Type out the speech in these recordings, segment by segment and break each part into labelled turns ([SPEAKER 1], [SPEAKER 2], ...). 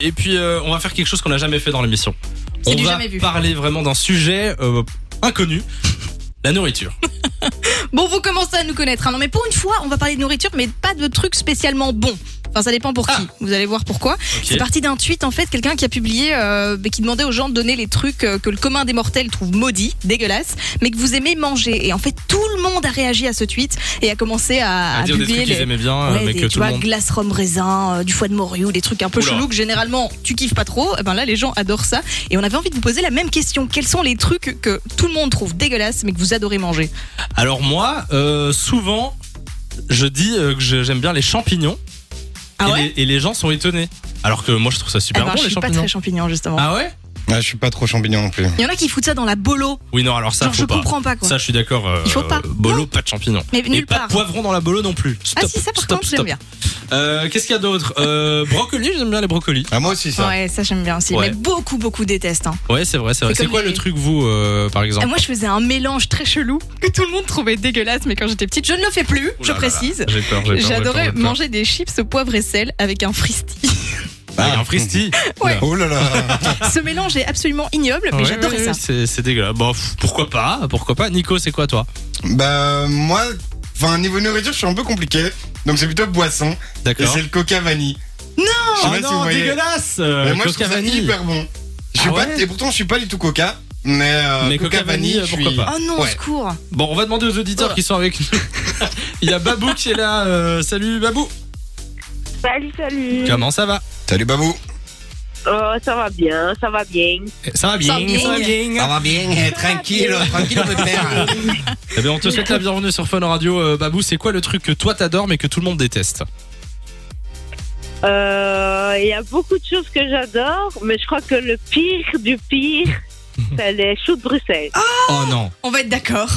[SPEAKER 1] Et puis, euh, on va faire quelque chose qu'on n'a jamais fait dans l'émission.
[SPEAKER 2] C'est
[SPEAKER 1] On
[SPEAKER 2] du
[SPEAKER 1] va
[SPEAKER 2] jamais vu.
[SPEAKER 1] parler vraiment d'un sujet euh, inconnu. La nourriture.
[SPEAKER 2] Bon, vous commencez à nous connaître. hein. Non, mais pour une fois, on va parler de nourriture, mais pas de trucs spécialement bons. Enfin, ça dépend pour qui. Vous allez voir pourquoi. C'est
[SPEAKER 1] Ah. Ok.
[SPEAKER 2] parti d'un tweet, en fait, quelqu'un qui a publié, euh, mais qui demandait aux gens de donner les trucs euh, que le commun des mortels trouve maudits, dégueulasses, mais que vous aimez manger. Et en fait, tout le monde a réagi à ce tweet et a commencé à,
[SPEAKER 1] À
[SPEAKER 2] à
[SPEAKER 1] dire des
[SPEAKER 2] publier
[SPEAKER 1] trucs qu'ils
[SPEAKER 2] les.
[SPEAKER 1] aimaient bien, euh,
[SPEAKER 2] Ouais,
[SPEAKER 1] mais
[SPEAKER 2] des,
[SPEAKER 1] que
[SPEAKER 2] tu
[SPEAKER 1] tout le
[SPEAKER 2] vois,
[SPEAKER 1] monde.
[SPEAKER 2] glace rhum raisin, euh, du foie de morue, des trucs un peu
[SPEAKER 1] Oula.
[SPEAKER 2] chelous que généralement tu kiffes pas trop. Eh ben là, les gens adorent ça. Et on avait envie de vous poser la même question. Quels sont les trucs que tout le monde trouve dégueulasses, mais que vous adorez manger
[SPEAKER 1] Alors, moi, euh, souvent, je dis euh, que je- j'aime bien les champignons.
[SPEAKER 2] Ah
[SPEAKER 1] et,
[SPEAKER 2] ouais
[SPEAKER 1] les, et les gens sont étonnés. Alors que moi, je trouve ça
[SPEAKER 2] Eh
[SPEAKER 1] super
[SPEAKER 2] ben,
[SPEAKER 1] bon,
[SPEAKER 2] je
[SPEAKER 1] les
[SPEAKER 2] suis pas très
[SPEAKER 1] champignons.
[SPEAKER 2] champignon justement.
[SPEAKER 1] Ah ouais
[SPEAKER 3] Ah, je suis pas trop champignon non plus.
[SPEAKER 2] Il y en a qui foutent ça dans la bolo.
[SPEAKER 1] Oui, non, alors ça,
[SPEAKER 2] Genre,
[SPEAKER 1] faut
[SPEAKER 2] je
[SPEAKER 1] pas.
[SPEAKER 2] comprends pas quoi.
[SPEAKER 1] Ça, je suis d'accord. euh,
[SPEAKER 2] Il faut pas.
[SPEAKER 1] Bolo, pas de champignons.
[SPEAKER 2] mais
[SPEAKER 1] Et
[SPEAKER 2] nulle
[SPEAKER 1] pas
[SPEAKER 2] part.
[SPEAKER 1] de poivron dans la bolo non plus.
[SPEAKER 2] Ah
[SPEAKER 1] Stop,
[SPEAKER 2] si, ça par
[SPEAKER 1] stop,
[SPEAKER 2] contre,
[SPEAKER 1] stop.
[SPEAKER 2] j'aime bien.
[SPEAKER 1] Euh, Qu'est-ce qu'il y a d'autre Euh, Brocoli, j'aime bien les brocolis.
[SPEAKER 3] Ah, moi aussi, ça.
[SPEAKER 2] Ouais, ça j'aime bien aussi.
[SPEAKER 1] Ouais.
[SPEAKER 2] Mais beaucoup, beaucoup détestent. hein.
[SPEAKER 1] Ouais, c'est vrai, c'est vrai.
[SPEAKER 2] C'est
[SPEAKER 1] C'est
[SPEAKER 2] comme
[SPEAKER 1] quoi
[SPEAKER 2] les-
[SPEAKER 1] le truc, vous, euh, par exemple
[SPEAKER 2] Et Moi, je faisais un mélange très chelou que tout le monde trouvait dégueulasse, mais quand j'étais petite, je ne le fais plus,
[SPEAKER 1] Ouh
[SPEAKER 2] je
[SPEAKER 1] là là là.
[SPEAKER 2] précise.
[SPEAKER 1] J'ai peur, j'ai peur, j'ai peur, j'ai
[SPEAKER 2] Ah, J'adorais
[SPEAKER 1] peur.
[SPEAKER 2] manger des chips au poivre et sel avec un fristy.
[SPEAKER 1] Ah, il y a un fristy.
[SPEAKER 2] Ouais.
[SPEAKER 3] Oh là là.
[SPEAKER 2] Ce mélange est absolument ignoble, mais
[SPEAKER 1] Ouais,
[SPEAKER 2] j'adorais
[SPEAKER 1] ouais,
[SPEAKER 2] ça.
[SPEAKER 1] ouais, C'est, c'est dégueulasse. Bon, pff, pourquoi pas Pourquoi pas Nico, c'est quoi toi
[SPEAKER 3] bah, moi, enfin, niveau nourriture, je suis un peu compliqué. Donc, c'est plutôt boisson. Et
[SPEAKER 1] D'accord.
[SPEAKER 3] c'est le coca vanille. Ah Non
[SPEAKER 2] ah
[SPEAKER 3] Je sais pas si vous voyez.
[SPEAKER 1] dégueulasse
[SPEAKER 3] Mais moi, je trouve ça hyper bon. Je suis
[SPEAKER 1] Ah
[SPEAKER 3] pas-
[SPEAKER 1] ouais
[SPEAKER 3] et pourtant, je suis pas du tout coca. Mais, euh,
[SPEAKER 1] Mais coca vanille,
[SPEAKER 3] je suis-
[SPEAKER 1] pourquoi pas
[SPEAKER 2] Oh non, au
[SPEAKER 3] Ouais.
[SPEAKER 2] secours.
[SPEAKER 1] Bon, on va demander aux auditeurs qui sont avec nous. il y a Babou qui est là. euh, salut Babou.
[SPEAKER 4] Salut, salut.
[SPEAKER 1] Comment ça va
[SPEAKER 3] Salut, Babou.
[SPEAKER 4] Oh, ça va bien, ça va bien.
[SPEAKER 1] Ça va
[SPEAKER 2] bien, ça va
[SPEAKER 3] va
[SPEAKER 1] Ah,
[SPEAKER 3] bien,
[SPEAKER 4] tranquille,
[SPEAKER 3] tranquille, mon père.
[SPEAKER 1] Eh bien, on te souhaite la bienvenue sur Fun Radio. Euh, Babou, c'est quoi le truc que toi t'adores mais que tout le monde déteste
[SPEAKER 4] Euh, Il y a beaucoup de choses que j'adore, mais je crois que le pire du pire, c'est les choux de Bruxelles.
[SPEAKER 1] Oh non.
[SPEAKER 2] On va être d'accord.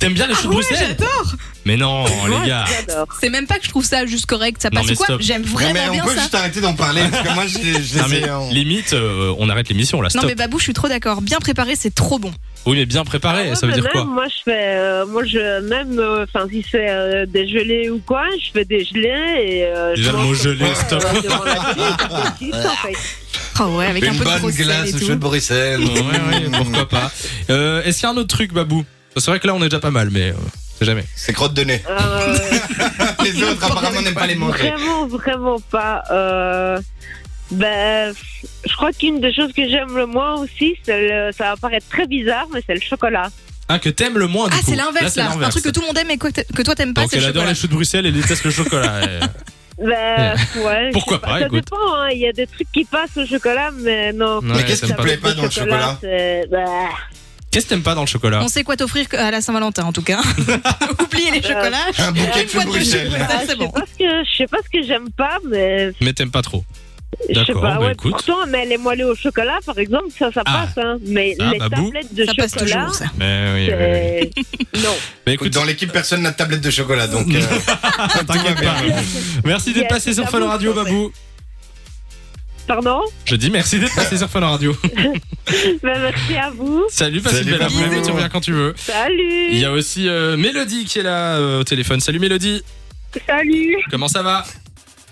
[SPEAKER 1] T'aimes bien les choux de Bruxelles
[SPEAKER 2] Ah J'adore.
[SPEAKER 1] Mais non, les gars.
[SPEAKER 4] J'adore.
[SPEAKER 2] C'est même pas que je trouve ça juste correct, ça
[SPEAKER 1] Non,
[SPEAKER 2] passe
[SPEAKER 1] mais
[SPEAKER 2] ou quoi.
[SPEAKER 1] stop.
[SPEAKER 2] J'aime
[SPEAKER 3] mais
[SPEAKER 2] vraiment
[SPEAKER 3] on
[SPEAKER 2] bien
[SPEAKER 3] peut
[SPEAKER 2] ça.
[SPEAKER 3] juste arrêter d'en parler. Parce que moi, je les je
[SPEAKER 1] Non,
[SPEAKER 3] les
[SPEAKER 1] mais
[SPEAKER 3] ai. en-
[SPEAKER 1] limite, euh, on arrête l'émission là.
[SPEAKER 2] Non,
[SPEAKER 1] Stop.
[SPEAKER 2] mais Babou, je suis trop d'accord. Bien préparé, c'est trop bon.
[SPEAKER 1] Oui, mais bien préparé.
[SPEAKER 2] Ah,
[SPEAKER 1] ça veut
[SPEAKER 4] Ouais,
[SPEAKER 1] dire
[SPEAKER 4] mais
[SPEAKER 1] quoi
[SPEAKER 4] même, Moi, je fais, euh, moi, je même, euh, enfin, si c'est euh, des gelées ou quoi, je fais des gelées et. Euh,
[SPEAKER 1] Déjà, le
[SPEAKER 4] je mange
[SPEAKER 1] mot gelée,
[SPEAKER 4] comme ça,
[SPEAKER 1] stop.
[SPEAKER 4] euh, devant la télé, c'est en fait.
[SPEAKER 2] Oh ouais, avec un peu de gros sel et tout.
[SPEAKER 3] Bruxelles.
[SPEAKER 1] Ouais, ouais, pourquoi pas. Euh, Est-ce qu'il y a un autre truc, Babou C'est vrai que là, on est déjà pas mal, mais euh, c'est jamais.
[SPEAKER 3] C'est crotte de nez.
[SPEAKER 4] Euh,
[SPEAKER 3] Les autres, apparemment, n'aiment pas les manger.
[SPEAKER 4] Vraiment, vraiment pas. Euh, ben, je crois qu'une des choses que j'aime le moins aussi, c'est le, ça va paraître très bizarre, mais c'est le chocolat.
[SPEAKER 1] Ah, que t'aimes le moins, du
[SPEAKER 2] Ah,
[SPEAKER 1] coup.
[SPEAKER 2] c'est l'inverse
[SPEAKER 1] c'est
[SPEAKER 2] là. Un
[SPEAKER 1] l'inverse.
[SPEAKER 2] truc que tout le monde aime et quoi que t- que toi t'aimes pas,
[SPEAKER 1] Donc,
[SPEAKER 2] c'est
[SPEAKER 1] elle
[SPEAKER 2] le
[SPEAKER 1] adore
[SPEAKER 2] chocolat.
[SPEAKER 1] les choux de Bruxelles et déteste le chocolat. euh.
[SPEAKER 4] Ben, ouais, je
[SPEAKER 1] Pourquoi
[SPEAKER 4] sais
[SPEAKER 1] pas,
[SPEAKER 4] Ça
[SPEAKER 1] écoute.
[SPEAKER 4] dépend, hein, il y a des trucs qui passent au chocolat, mais non.
[SPEAKER 1] Ouais,
[SPEAKER 3] qu'est-ce
[SPEAKER 1] t'aimes
[SPEAKER 3] qui
[SPEAKER 1] pas.
[SPEAKER 3] plaît pas dans le chocolat
[SPEAKER 4] c'est- ben,
[SPEAKER 1] Qu'est-ce que t'aimes pas dans le chocolat
[SPEAKER 2] On sait quoi t'offrir à la Saint-Valentin en tout cas. Oubliez
[SPEAKER 4] Euh,
[SPEAKER 2] les chocolats.
[SPEAKER 3] Un bouquet
[SPEAKER 2] Une
[SPEAKER 3] de
[SPEAKER 2] fois
[SPEAKER 3] choux
[SPEAKER 2] de
[SPEAKER 3] Bruxelles.
[SPEAKER 2] chocolat. Ça,
[SPEAKER 4] je
[SPEAKER 2] c'est
[SPEAKER 4] sais
[SPEAKER 2] bon.
[SPEAKER 4] pas ce que je sais pas ce que j'aime pas, mais
[SPEAKER 1] Mais t'aimes pas trop.
[SPEAKER 2] Ah.
[SPEAKER 4] je sais
[SPEAKER 1] D'accord,
[SPEAKER 4] pas.
[SPEAKER 1] ben
[SPEAKER 4] ouais,
[SPEAKER 1] écoute.
[SPEAKER 4] Pourtant, mais les moelleux au chocolat, par exemple, ça, ça
[SPEAKER 1] Ah.
[SPEAKER 4] passe. Hein, mais
[SPEAKER 1] Ah,
[SPEAKER 4] les
[SPEAKER 1] bah, bouh.
[SPEAKER 4] tablettes de
[SPEAKER 2] Ça passe
[SPEAKER 4] chocolat,
[SPEAKER 2] toujours ça.
[SPEAKER 1] Mais oui, oui,
[SPEAKER 2] Euh,
[SPEAKER 1] oui.
[SPEAKER 4] c'est- non.
[SPEAKER 1] Bah, écoute,
[SPEAKER 3] Dans l'équipe, personne n'a de tablette de chocolat, donc. euh,
[SPEAKER 1] t'inquiète pas. Merci d'être
[SPEAKER 4] Yes,
[SPEAKER 1] passé sur
[SPEAKER 4] ça
[SPEAKER 1] Fun
[SPEAKER 4] bouge,
[SPEAKER 1] Radio,
[SPEAKER 4] en fait.
[SPEAKER 1] Babou.
[SPEAKER 4] Pardon.
[SPEAKER 1] Je dis merci d'être passé sur Fun Radio.
[SPEAKER 4] Ben, merci à vous.
[SPEAKER 1] Salut, passe une
[SPEAKER 3] Salut,
[SPEAKER 1] belle
[SPEAKER 3] Babou.
[SPEAKER 1] après-midi, tu reviens quand tu veux.
[SPEAKER 4] Salut.
[SPEAKER 1] Il y a aussi euh, Mélodie qui est là euh, au téléphone. Salut Mélodie,
[SPEAKER 4] Salut.
[SPEAKER 1] comment ça va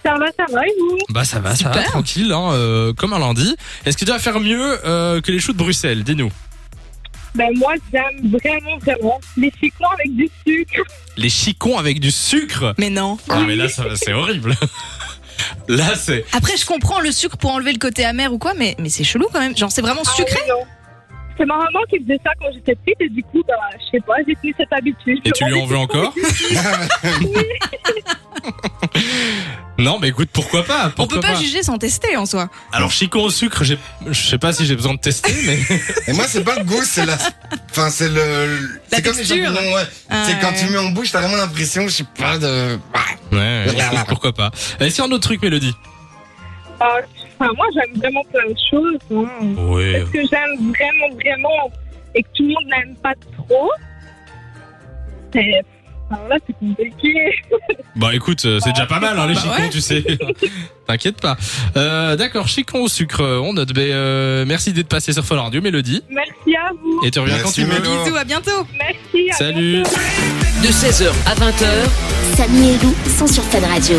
[SPEAKER 4] Ça va, ça va et vous
[SPEAKER 1] Bah ça va, ça va, tranquille, hein, euh, comme un lundi. Est-ce que tu vas faire mieux euh, que les choux de Bruxelles Dis-nous.
[SPEAKER 4] Ben moi j'aime vraiment vraiment les chicons avec du sucre.
[SPEAKER 1] Les chicons avec du sucre
[SPEAKER 2] Mais non.
[SPEAKER 1] Non mais là ça va, c'est horrible. Là c'est...
[SPEAKER 2] Après, je comprends le sucre pour enlever le côté amer ou quoi, mais, mais c'est chelou quand même. Genre, c'est vraiment sucré.
[SPEAKER 4] Ah, non. C'est ma maman qui faisait ça quand j'étais petite et du coup bah je sais pas j'ai tenu cette habitude.
[SPEAKER 1] Et tu lui en veux encore Non mais écoute, pourquoi pas
[SPEAKER 2] On
[SPEAKER 1] pourquoi
[SPEAKER 2] peut pas,
[SPEAKER 1] pas.
[SPEAKER 2] juger sans tester en soi.
[SPEAKER 1] Alors chicon au sucre, j'ai- je sais pas si j'ai besoin de tester mais...
[SPEAKER 3] Et moi, c'est pas le goût, c'est la. Enfin, c'est le.
[SPEAKER 2] La
[SPEAKER 3] C'est comme les
[SPEAKER 2] texture.
[SPEAKER 3] champignons, ouais. C'est
[SPEAKER 2] Euh,
[SPEAKER 3] quand tu mets en bouche, t'as vraiment l'impression, je sais pas, de. bah,
[SPEAKER 1] Ouais, ouais, écoute, pourquoi pas. Est-ce qu'il y a un autre truc Mélodie
[SPEAKER 5] Ah, Enfin, moi, j'aime vraiment plein de choses. hein.
[SPEAKER 1] Oui.
[SPEAKER 5] Ce que j'aime vraiment, vraiment, et que tout le monde n'aime pas trop, c'est. Alors là, c'est compliqué.
[SPEAKER 1] Bah écoute, euh, c'est déjà pas mal hein, les
[SPEAKER 2] Bah
[SPEAKER 1] chicons,
[SPEAKER 2] ouais.
[SPEAKER 1] tu sais. T'inquiète pas. Euh, D'accord, chicons au sucre, euh, on note. Mais, euh, merci d'être passé sur Fun Radio, Mélodie.
[SPEAKER 5] Merci à vous.
[SPEAKER 1] Et tu reviens
[SPEAKER 3] Merci,
[SPEAKER 1] quand tu veux.
[SPEAKER 3] Mélo.
[SPEAKER 2] Bisous, à bientôt.
[SPEAKER 5] Merci. À
[SPEAKER 1] Salut.
[SPEAKER 5] bientôt.
[SPEAKER 6] de 16h à 20h
[SPEAKER 7] Samy et Lou sont sur Fan Radio.